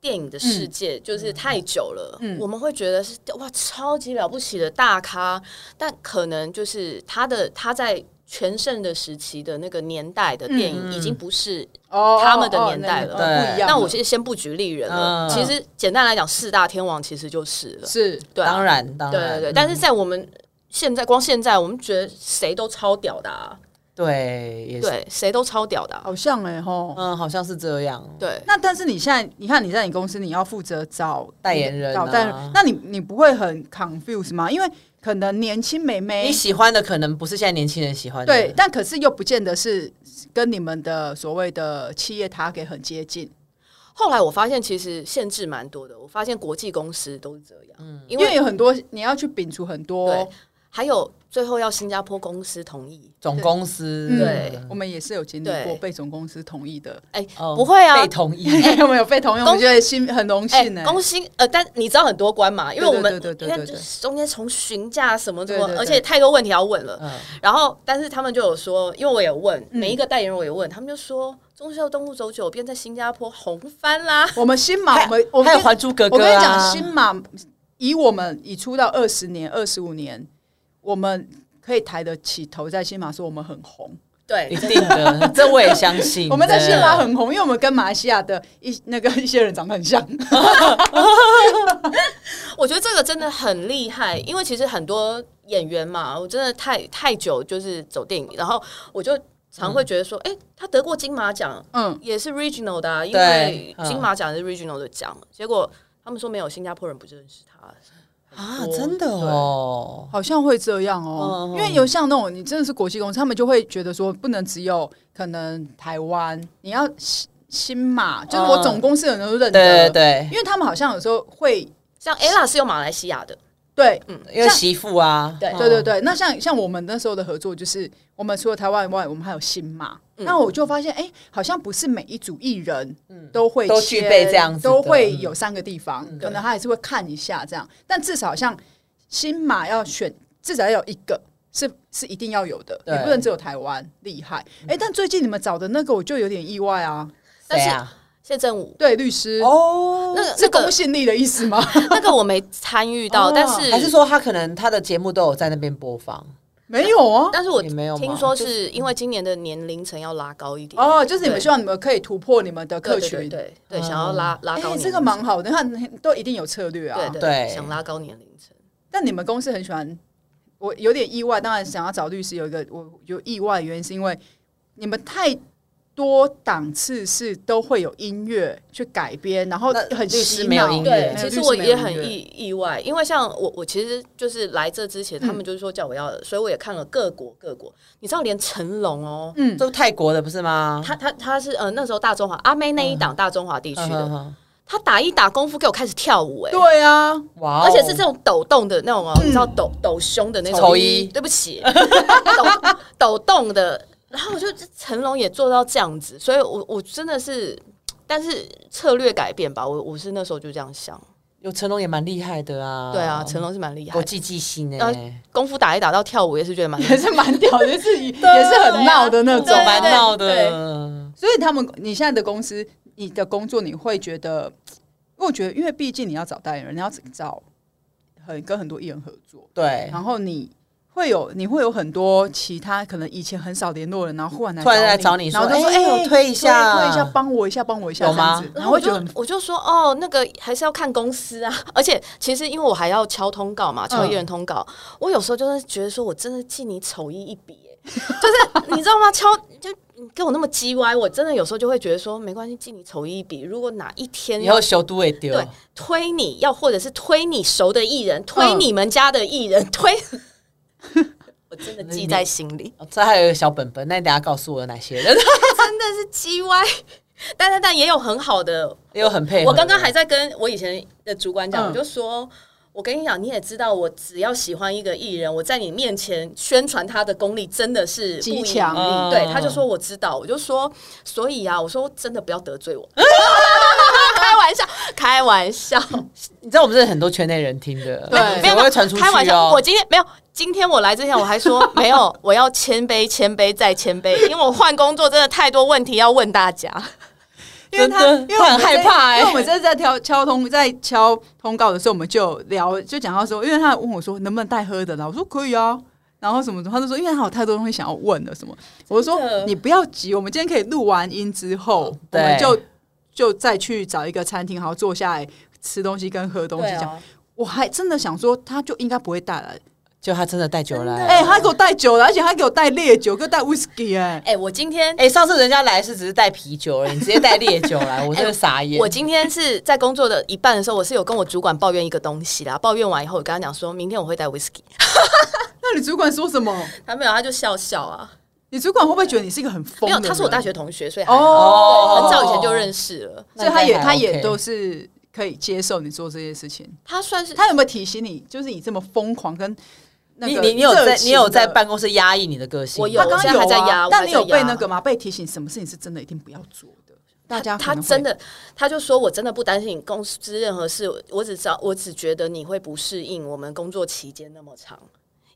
C: 电影的
A: 嗯
C: 世界，就是太久了，
B: 嗯
C: 我们会觉得是哇，超级了不起的大咖，但可能就是他的他在。全盛的时期的那个年代的电影
A: 嗯
C: 已经不是，
B: 哦
C: 他们的年代了
B: 哦那
A: 对
B: 不一样了。
C: 那我先先不举例人了。
A: 嗯
C: 其实简单来讲，四大天王其实就是了，
B: 是
C: 对啊
A: 当然，当
C: 对
A: 然，
C: 对对。
A: 嗯
C: 但是在我们现在，光现在我们觉得谁都超屌的，啊，
A: 对也是，
C: 对，谁都超屌的啊，
B: 好像哎吼。
A: 嗯，好像是这样。
C: 对。
B: 那但是你现在，你看你在你公司，你要负责找
A: 代言人啊
B: 找代言人，那你你不会很 confuse 吗？因为可能年轻美眉
A: 你喜欢的可能不是现在年轻人喜欢的，
B: 对，但可是又不见得是跟你们的所谓的企业 target 很接近，
C: 后来我发现，其实限制蛮多的。我发现国际公司都是这样，
B: 因
C: 因为
B: 为有很多你要去摒除很多
C: 对。还有最后要新加坡公司同意。
A: 总公司
B: 嗯
C: 对
B: 我们也是有经历过
C: 对
B: 被总公司同意的，
C: 哎、
A: 哦
C: 不会啊
A: 被，同意，
B: 我们有被同意，我们觉得心很荣
C: 哎、
B: 幸呢。
C: 公司呃，但你知道很多关嘛，因为
B: 对对
C: 我们
B: 对对对
C: 因为
B: 对对
C: 中间从询价什么什
B: 对
C: 么
B: 对，对
C: 而且太多问题要问了。
A: 嗯，
C: 然后，但是他们就有说，因为我也问
B: 嗯
C: 每一个代言人，我也问，他们就说忠孝东路走九遍在新加坡红翻啦。
B: 我们新马，
A: 哎还
B: 我们 我
A: 还
B: 们
A: 有《还珠格格》
B: 我
A: 啊，
B: 跟你讲，新马以我们已出道二十年、二十五年，我们可以抬得起头，在新马说我们很红。
A: 一
C: 对，
A: 定的， 这我也相信。
B: 我们在
A: 真的
B: 新马很红，因为我们跟马来西亚的一那个一些人长得很像。
C: 我觉得这个真的很厉害，因为其实很多演员嘛，我真的太太久就是走电影，然后我就常会觉得说，哎、他得过金马奖，
B: 嗯，
C: 也是 regional 的、啊，因
A: 对
C: 为
A: 嗯
C: 金马奖是 regional 的奖，结果他们说没有，新加坡人不认识他。
A: 啊，真的哦，
B: 好像会这样哦
A: 嗯，嗯
B: 因为有像那种你真的是国际公司，他们就会觉得说不能只有可能台湾，你要新新马，就是我总公司有人都
A: 对嗯
B: 认
A: 对
B: 得，
A: 对
B: 因为他们好像有时候会
C: 像 Ella 是有马来西亚的，
B: 对。
A: 对，因为媳妇啊，
C: 对
B: 对对对，那像像我们那时候的合作，就是我们除了台湾以外，我们还有新马。
A: 嗯
B: 那我就发现，哎、好像不是每一组艺人都
A: 嗯
B: 会
A: 都
B: 签
A: 具备这样子的嗯
B: 都会有三个地方，可
C: 对
B: 能他还是会看一下这样，但至少像新马要选，至少要有一个。是是一定要有的，
A: 对嗯
B: 也不能只有台湾厉害。哎、但最近你们找的那个我就有点意外啊，
C: 但是
A: 谁啊
C: 谢振武
B: 对律师、
A: 哦
C: 那个
B: 是
C: 那
B: 公
C: 个
B: 信力的意思吗？
C: 那个我没参与
B: 哦
C: 到，但是
A: 还是说他可能他的节目都有在那边播放，
B: 没 有啊。
C: 但是我
A: 也没有嘛
C: 听说是因为今年的年龄层要拉高一点
B: 哦，就是你们
C: 对
B: 希望你们可以突破你们的
C: 对
B: 客
C: 对
B: 群，
C: 对对对，想要拉拉
B: 哎、
C: 高年龄层，
B: 这个蛮好的，你看都一定有策略啊。
C: 对
A: 对
C: 对，想拉高年龄层。
B: 但你们公司很喜欢，我有点意外。当然想要找律师，有一个我有意外的原因是因为你们太多档次是都会有音乐去改编，然后
A: 那
B: 很
A: 律师
B: 洗
A: 没有
B: 脑
A: 音乐
C: 对，
A: 没
C: 其实我也很。
B: 律师没有音乐
C: 意意外，因为像我，我其实就是来这之前，他
A: 嗯
C: 们就是说叫我要，所以我也看了各国各国，你知道连成龙哦，
B: 嗯，
A: 都泰国的不是吗？
C: 他他他是呃那时候大中华阿妹那一档大中华地区
A: 嗯
C: 的，
A: 哼
C: 他打一打功夫给我开始跳舞、哎，
B: 对啊，
A: 哇哦，
C: 而且是这种抖动的那种哦，你知道抖抖胸的那种。
A: 丑一
C: 对不起， 抖抖动的。然后我就成龙也做到这样子，所以我我真的是，但是策略改变吧，我我是那时候就这样想。
A: 有成龙也蛮厉害的啊，
C: 对啊，成龙是蛮厉害
A: 国
C: 的，
A: 际巨星欸呢，
C: 呃功夫打一打到跳舞也是觉得蛮厉害
B: 也
C: 的。
B: 是蛮屌，就是 也是很闹的那
A: 走
B: 种。
C: 对啊
A: 蛮闹
C: 对
A: 的，
B: 所以他们，你现在的公司，你的工作，你会觉得，因为我觉得，因为毕竟你要找代言人，你要找很跟很多艺人合作，
A: 对，
B: 然后你会有你会有很多其他可能以前很少联络的人，然后忽然来
A: 突然来找
B: 你，
A: 你
B: 然
A: 说，
B: 后就说：“
A: 哎，
B: 哎，
A: 我推一下，
B: 推一下，帮我一下，帮我一下。”
A: 有吗
B: 这样子然
C: 然后
B: 后
C: 我
B: 会觉
C: 就
B: 得很
C: 我就说哦，那个还是要看公司啊， 而且其实因为我还要敲通告嘛，
B: 嗯
C: 敲艺人通告，我有时候就是觉得说我真的敬你丑一一笔、哎 就是你知道吗？敲就你给我那么叽歪，我真的有时候就会觉得说没关系，敬你丑一一笔。如果哪一天
A: 以后修都会丢，
C: 对推你要，或者是推你熟的艺人，推
B: 嗯
C: 你们家的艺人， 推，我真的记在心里，
A: 哦这还有一个小本本，那你等下告诉我有哪些人，
C: 真的是叽歪。 但但但也有很好的
A: 又很配合。
C: 我刚刚还在跟我以前的主管讲，
B: 嗯
C: 我就说。我跟你讲，你也知道，我只要喜欢一个艺人，我在你面前宣传他的功力真的是
B: 极
C: 不遗
B: 强
C: 余力
A: 嗯
C: 对，他就说我知道，我就说，所以啊，我说真的不要得罪我， 开玩笑，开玩 笑，
A: 你知道我们这是很多圈内人听的，
B: 对
A: 怎么会传出去
C: 开玩笑。
A: 哦
C: 我。今天没有，今天我来之前我还说没有，我要谦卑，谦卑再谦卑，因为我换工作真的太多问题要问大家。
B: 因为他
A: 真的
B: 因为我们
A: 他很害怕
B: 在
A: 欸
B: 因为我们这次在敲敲通在敲通告的时候，我们就有聊就讲到说，因为他问我说能不能带喝的啦，我说可以啊。然后什么什么，他就说，因为他有太多东西想要问了，什么，我就
C: 真
B: 说
C: 的
B: 你不要急，我们今天可以录完音之后，我
A: 对
B: 们就就再去找一个餐厅，好好坐下来吃东西跟喝东西。这
A: 啊
C: 啊
B: 样，，我还真的想说，他就应该不会带来，
A: 就他真的带酒来，
B: 哎、他给我带酒了，而且他给我带烈酒，给我带 whisky，哎、
C: 哎、我今天
A: 哎、上次人家来是只是带啤酒而已，你直接带烈酒 来，我真
B: 哎
A: 的傻眼。
C: 我今天是在工作的一半的时候，我是有跟我主管抱怨一个东西啦。抱怨完以后，我跟他讲说明天我会带 whisky，
B: 那你主管说什么？
C: 他没有，他就笑笑啊。
B: 你主管会不会觉得你是一个很疯
C: 没
B: 的
C: 有，
B: 人？
C: 他是我大学同学，所以还好
B: 哦，
C: 很早以前就认识了。
B: 所以他也他也都
A: 是
B: 是可以接受你做这些事情。
C: 他算是
B: 他有没有提醒你，就是你这么疯狂跟那
A: 你
B: 个
A: 你你有
B: 热
A: 在
B: 情
A: 你有
B: 的
A: 在？办公室压抑你的个性吗，
C: 我有
B: 他刚
C: 我现
B: 刚
C: 在
B: 有
C: 还在压
B: 啊
C: 我，还
B: 但你有
C: 在压
B: 被那个吗？被提醒什么事情是真的一定不要做的？大家
C: 他真的，他就说我真的不担心你公司任何事，我只知道我只觉得你会不适应我们工作期间那么长。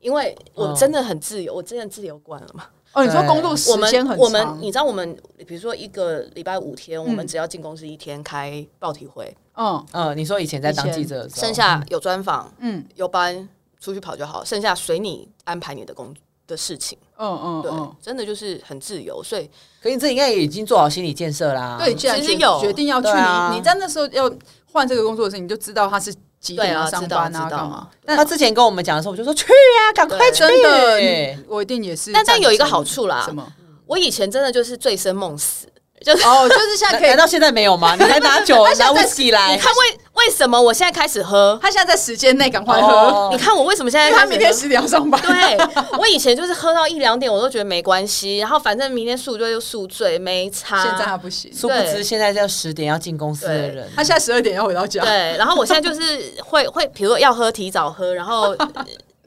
C: 因为我
A: 嗯
C: 真的很自由，我真的自由惯了嘛。
B: 哦，你说
A: 对
B: 工作时
C: 我们
B: 间很
C: 我们
B: 长
C: 你知道我们，比如说一个礼拜五天，我们只要进公司一天开报体会，
B: 嗯
A: 嗯，你说以前在当记者的时候，
C: 剩下有专访、
B: 嗯
C: 有班，出去跑就好，剩下随你安排你的工的事情。
B: 嗯嗯
C: 对，
B: 嗯，
C: 真的就是很自由，所以
A: 可是你这应该也已经做好心理建设啦。
B: 对，你既然
C: 其
B: 决
C: 实有
B: 决定要去，
A: 对啊
B: 你你在那时候要换这个工作的时候，你就知道他是几点
C: 对啊
B: 要上班啊，
C: 知道
B: 干嘛？
A: 但他之前跟我们讲的时候，我就说去啊，赶快
C: 对
A: 去。
B: 真的，我一定也是赞
C: 但
B: 成。
C: 但有一个好处啦
B: 什么？
C: 我以前真的就是醉生梦死。
B: 哦，就是现
A: 难
B: 在 可以
A: 难道现在没有 吗？你还拿酒
B: 他现
A: 拿
B: 在
A: whisky 来
C: 你？看为为什么我现在开始喝？
B: 他现在在时间内赶快喝，
A: 哦
C: 你看我为什么 现
B: 因
C: 在
B: 为他
C: 开始
B: 明天
C: 喝？
B: 十点要上班。
C: 对，啊我以前就是喝到一两点，我都觉得没关系，然后反正明天宿醉就宿醉，没 差。
B: 现在他不行，
A: 殊不知现在要十点要进公司的人，
B: 他现在十二点要回到家。
C: 对，然后我现在就是会 会，比如说要喝提早喝，然后呃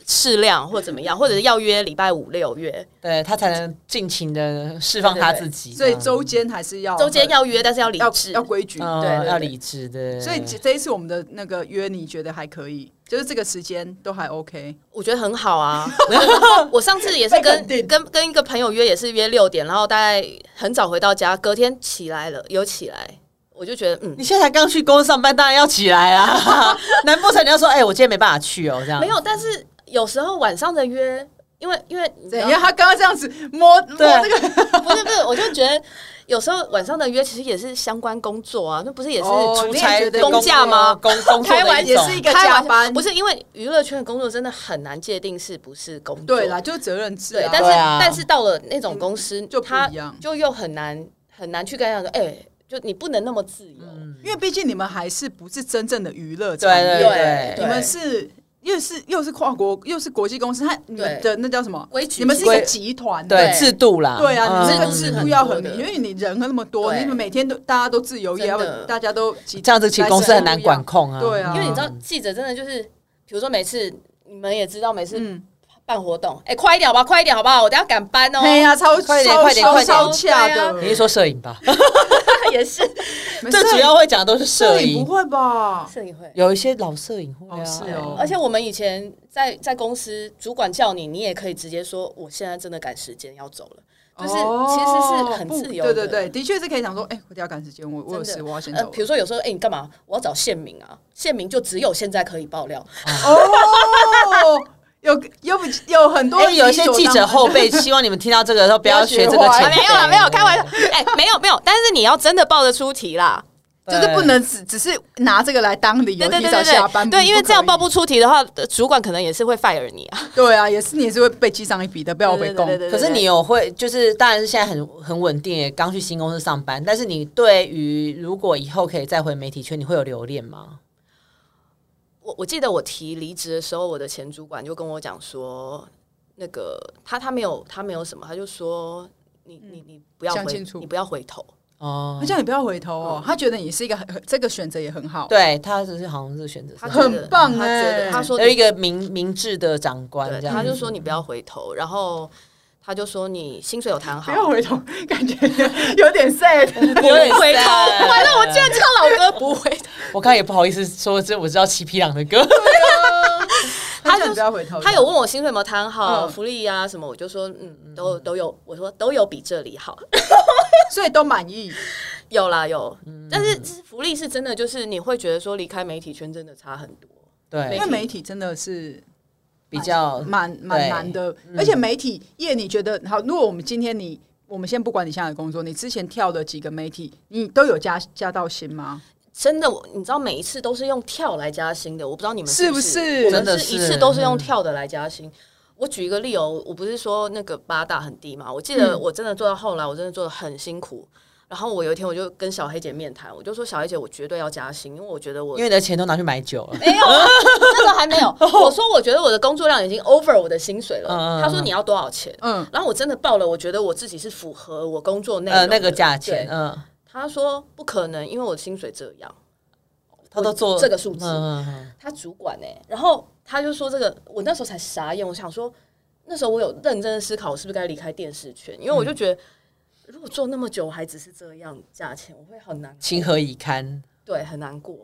C: 适量或怎么样，或者是要约礼拜五六约，
A: 对他才能尽情的释放他自己。
B: 所以周间还是要
C: 周间要约，但是要理
B: 要
C: 智。
B: 要规矩。
A: 嗯
C: 对对对
A: 要理智的。
B: 所以这这一次我们的那个约，你觉得还可以，就是这个时间都还 OK。
C: 我觉得很好 啊。然后我上次也是
B: 被
C: 跟
B: 肯定
C: 跟跟一个朋友约，也是约六点，然后大概很早回到家，隔天起来了，有起来，我就觉得嗯
A: 你。现在才刚去公司上班，当然要起来 啊！难不成你要说，哎、我今天没办法去哦？这样
C: 没有，但是有时候晚上的约，因为因为你知
B: 怎
C: 道
B: 样？他刚刚这样子摸摸
A: 对
B: 那个，
C: 不是不是，我就觉得有时候晚上的约其实也是相关工作啊，那不是也是
B: 哦
A: 出差
B: 你也觉得
A: 工
C: 工价吗
A: 工工作
B: 开
A: 的
B: 玩
A: 一
B: 也
A: 种
B: 是一个
C: 开玩
B: 加
C: 笑
B: 班，
C: 不是因为娱乐圈的工作真的很难界定是不是工作，
B: 对啦，就是责任制
C: 对
B: 啊。
C: 但是、
A: 对啊
C: 但是到了那种公司，
B: 就不
C: 他
B: 一样
C: 就又很难很难去跟他说，哎、就你不能那么自由，
B: 因为毕竟你们还是不是真正的娱乐
A: 对
B: 产
A: 对
B: 业，
C: 对
A: 对
B: 你们是。又是又是跨国，又是国际公司，它你们的那叫什么？
C: 规矩
B: 你们是一个
A: 规
B: 集团，
A: 对
C: 对
A: 制度啦，
B: 对啊，
A: 嗯
B: 你这个
C: 嗯
B: 制
C: 嗯
B: 度
C: 嗯
B: 要
C: 很
B: 很
C: 多
B: 明，
C: 的
B: 因为你人那么多，
C: 对
B: 你们每天都大家都自由业，
C: 真
B: 要
C: 的
B: 不然大家都集
A: 这样子其实公司很难管控啊，
B: 对啊
C: 因为你知道，记者真的就是，比如说每次你们也知道，每次
B: 嗯，
C: 办活动，哎、快一点好吧，快一点好不好？我等下赶班哦。
B: 哎呀，超
A: 快点
B: 超
A: 快点
B: 超
A: 快点
B: 超恰
C: 对啊
B: 的，
A: 你是说摄影吧？
C: 也是
B: 没
A: 最
B: 摄
A: 主
B: 影
A: 要会讲的都是摄
B: 摄影
A: 影
B: 不，会吧？
C: 摄影会。
A: 有一些老摄影会啊，
B: 哦是哦
C: 而且我们以前在在公司，主管叫你，你也可以直接说，我现在真的赶时间要走了。就是其实是很
B: 哦不
C: 自由
B: 对
C: 的
B: 对对，的确是可以讲说，哎，我要赶时间，我我有
C: 真
B: 事，
C: 的
B: 我要先
C: 呃，
B: 走
C: 比。如说有时候，哎、你干嘛？我要找县民啊，县民就只有现在可以爆料。
B: 啊 哦，有有比有很多
A: 哎，有一些
B: 理所
A: 记者
B: 当然
A: 后辈，希望你们听到这个的时候不要学这
B: 不
A: 个
B: 要学
A: 前
B: 坏
A: 辈。
C: 啊没有了，没有开玩笑，哎、没有没有，但是你要真的报得出题啦。
A: 对，
B: 就是不能只只是拿这个来当理由
C: 对
B: 提
C: 对对
B: 早
C: 对
B: 下班，
C: 对，对，因为
B: 可
C: 这样
B: 以
C: 报不出题的话，呃主管可能也是会 fire 你啊。
B: 对啊，也是你也是会被记上一笔的，不要我被供。
C: 对对对对
A: 可是你有会，就是当然是现在很很稳定，也刚去新公司上班。但是你对于如果以后可以再回媒体圈，你会有留恋吗？
C: 我我记得我提离职的时候，我的前主管就跟我讲说，那个他他没有他没有什么，他就说你你你不要
B: 嗯想
C: 回
B: 清楚
C: 你不要回 头，
A: 哦
B: 他，叫你不要回头哦，他觉得你是一个很这个选择也很好，
A: 对他只是好像是选择
C: 他
A: 上
C: 觉得
B: 很棒
C: 他觉
B: 欸
C: 得他说
A: 有一
C: 你
A: 个明明智的长官
C: 对，
A: 哎这样，
C: 他就说你不要回头，然后他就说你薪水有谈
B: 不
C: 好，
B: 要回头，感觉 有点 sad。
A: 不会
C: 回头，完了我
A: 竟
C: 竟然唱老歌不回头，
A: 我刚才也不好意思说，这我知道七匹狼的歌，
B: 他
C: 他
B: 叫
C: 就
B: 你不要回头，
C: 他有问我薪水有没有谈好，
B: 嗯
C: 福利啊什么，我就说嗯都都有，我说都有比这里好。
B: 所以都满意。
C: 有啦有，
A: 嗯
C: 但是福利是真的，就是你会觉得说离开媒体圈真的差很多。
B: 因
A: 对
B: 为，媒体真的是
A: 比较
B: 蛮蛮
A: 对
B: 难的，
C: 嗯
B: 而且媒体业，你觉得好？如果我们今天你，我们先不管你现在的工作，你之前跳的几个媒体，你都有加加到薪吗？
C: 真的，我你知道每一次都是用跳来加薪的，我不知道你们
B: 是
C: 不
B: 不是
C: 我
A: 真的
C: 们
A: 是
C: 一次都是用跳的来加薪。我举一个例哦，我不是说那个八大很低嘛，我记得我真的做到后来，我真的做的很辛苦。然后我有一天我就跟小黑姐面谈，我就说小黑姐，我绝对要加薪，因为我觉得我
A: 因为你的钱都拿去买酒了，
C: 没有啊，那时候还没有。我说我觉得我的工作量已经 over 我的薪水
A: 嗯嗯嗯。
C: 了他说你要多少钱？
B: 嗯，
C: 然后我真的报了，我觉得我自己是符合我工作内容
A: 呃，
C: 的
A: 那个价钱，
C: 对
A: 嗯，
C: 他说不可能，因为我薪水这样。
A: 他都做
C: 我这个数字
A: 嗯嗯
C: 他主管哎、然后他就说这个，我那时候才傻眼，我想说那时候我有认真的思考，我是不是该离开电视圈，因为我
A: 嗯
C: 就觉得。如果做那么久还只是这样价钱，我会很难，
A: 情何以堪？
C: 对，很难过。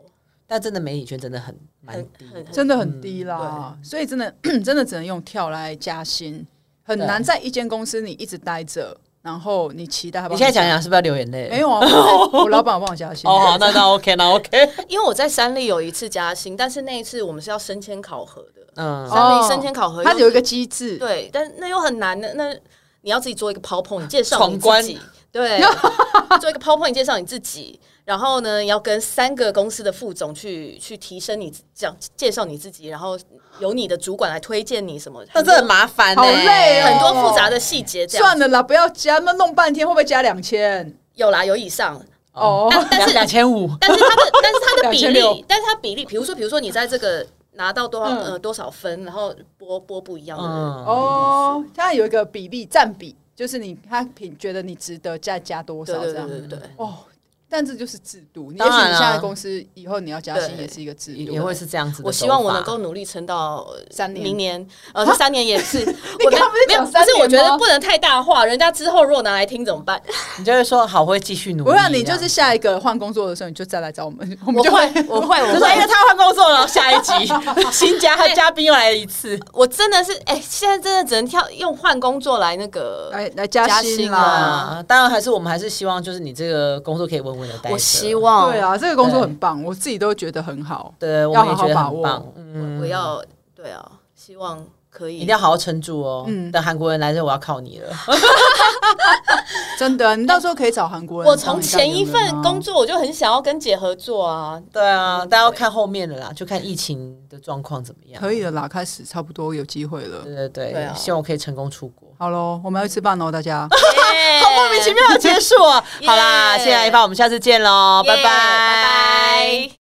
A: 但真的媒体圈真的很蛮
C: 很
A: 低
C: 很
A: 的，
B: 真的很低
A: 嗯
B: 啦，所以真的 真的只能用跳来加薪，很
A: 对
B: 难在一间公司你一直待着，然后你期待他帮
A: 你现在
B: 加
A: 想想是不是要流眼泪？
B: 没有啊，我 我老板有帮我加薪
A: 哦，好，那那 OK，那 OK，
C: 因为我在三立有一次加薪，但是那一次我们是要升迁考核的，
A: 嗯，
C: 三立升迁考核
B: 它
C: 又
B: 有一个机制，
C: 对，但那又很难的。那你要自己做一个 PowerPoint 介绍你
A: 闯关
C: 自己，对，做一个 PowerPoint 介绍你自己，然后呢，要跟三个公司的副总去去提升你讲介绍你自己，然后由你的主管来推荐你什么，
A: 那
C: 很
A: 这
C: 多
A: 很麻烦欸，
B: 好累哦
C: 很多复杂的细节。这样
B: 算了啦，不要加，那弄半天会不会加两千？
C: 有啦，有以上，
B: 哦，
C: 但但是
A: 两千五，
C: 但是它的但是它的比
B: 2600
C: 例，但是它比例，比如说比如说你在这个拿到多少、
B: 嗯
C: 呃多少分，然后拨拨不一样的人。
A: 嗯，
B: 哦，它有一个比例占比，就是你他评觉得你值得再加多
C: 对
B: 少
C: 对
B: 这
C: 对
B: 样。
C: 对对对，
B: 哦，但这就是制度。你也
A: 当
B: 许
A: 然啊
B: 你现在的公司以后你要加薪
C: 对
B: 也是一个制
A: 也
B: 度，啊
A: 也会是这样子的手法。
C: 我希望我能够努力撑到呃
B: 三年啊
C: 明年呃，这三年也 是。我
B: 刚刚不是
C: 没有，
B: 讲
C: 不
B: 三
C: 是，我觉
B: 年吗
C: 得不能太大话，人家之后如果拿来听怎么办？
A: 你就会说好，我会继续努力。
B: 我让你就
A: 这
B: 是
A: 样
B: 下一个换工作的时候，你就再来找我 们， 我们
C: 我
B: 就
C: 会，我会，
A: 就
C: 我
A: 是因为
C: 会。
A: 他换工作了，下一集 新加他嘉宾又来了一次，
C: 我真的是，哎，现在真的只能跳用换工作来那个。
B: 来来加
C: 加
B: 薪
C: 薪
B: 啦。
C: 啊
A: 啊，当然还是我们还是希望就是你这个工作可以稳稳的待着。
C: 我希望，
B: 对，啊，这个工作很棒，我自己都觉得很好。
A: 对，我
B: 要
A: 们也
B: 好好
A: 觉得
B: 把
A: 很
B: 握
A: 棒，嗯，
C: 我要，对啊，希望可以。
A: 一定要好好撑住哦。
B: 嗯
A: 等韩国人来的时候，我要靠你了。
B: 真的，你到时候可以找韩国人。
C: 哎
B: 啊
C: 我从前一份工，作我就很想要跟姐合 作啊，
A: 对啊，大家要看后面的啦，就看疫情的状况怎么样。
B: 可以的啦，开始差不多有机会了。
A: 对对
C: 对
A: 对，
C: 啊
A: 希望我可以成功出国。
B: 好喽，我们要去吃饭喽，大家。
C: 好
A: 莫名其妙的结束哦，好啦，
C: 耶
A: 谢谢一发，我们下次见喽，拜拜，
C: 拜拜。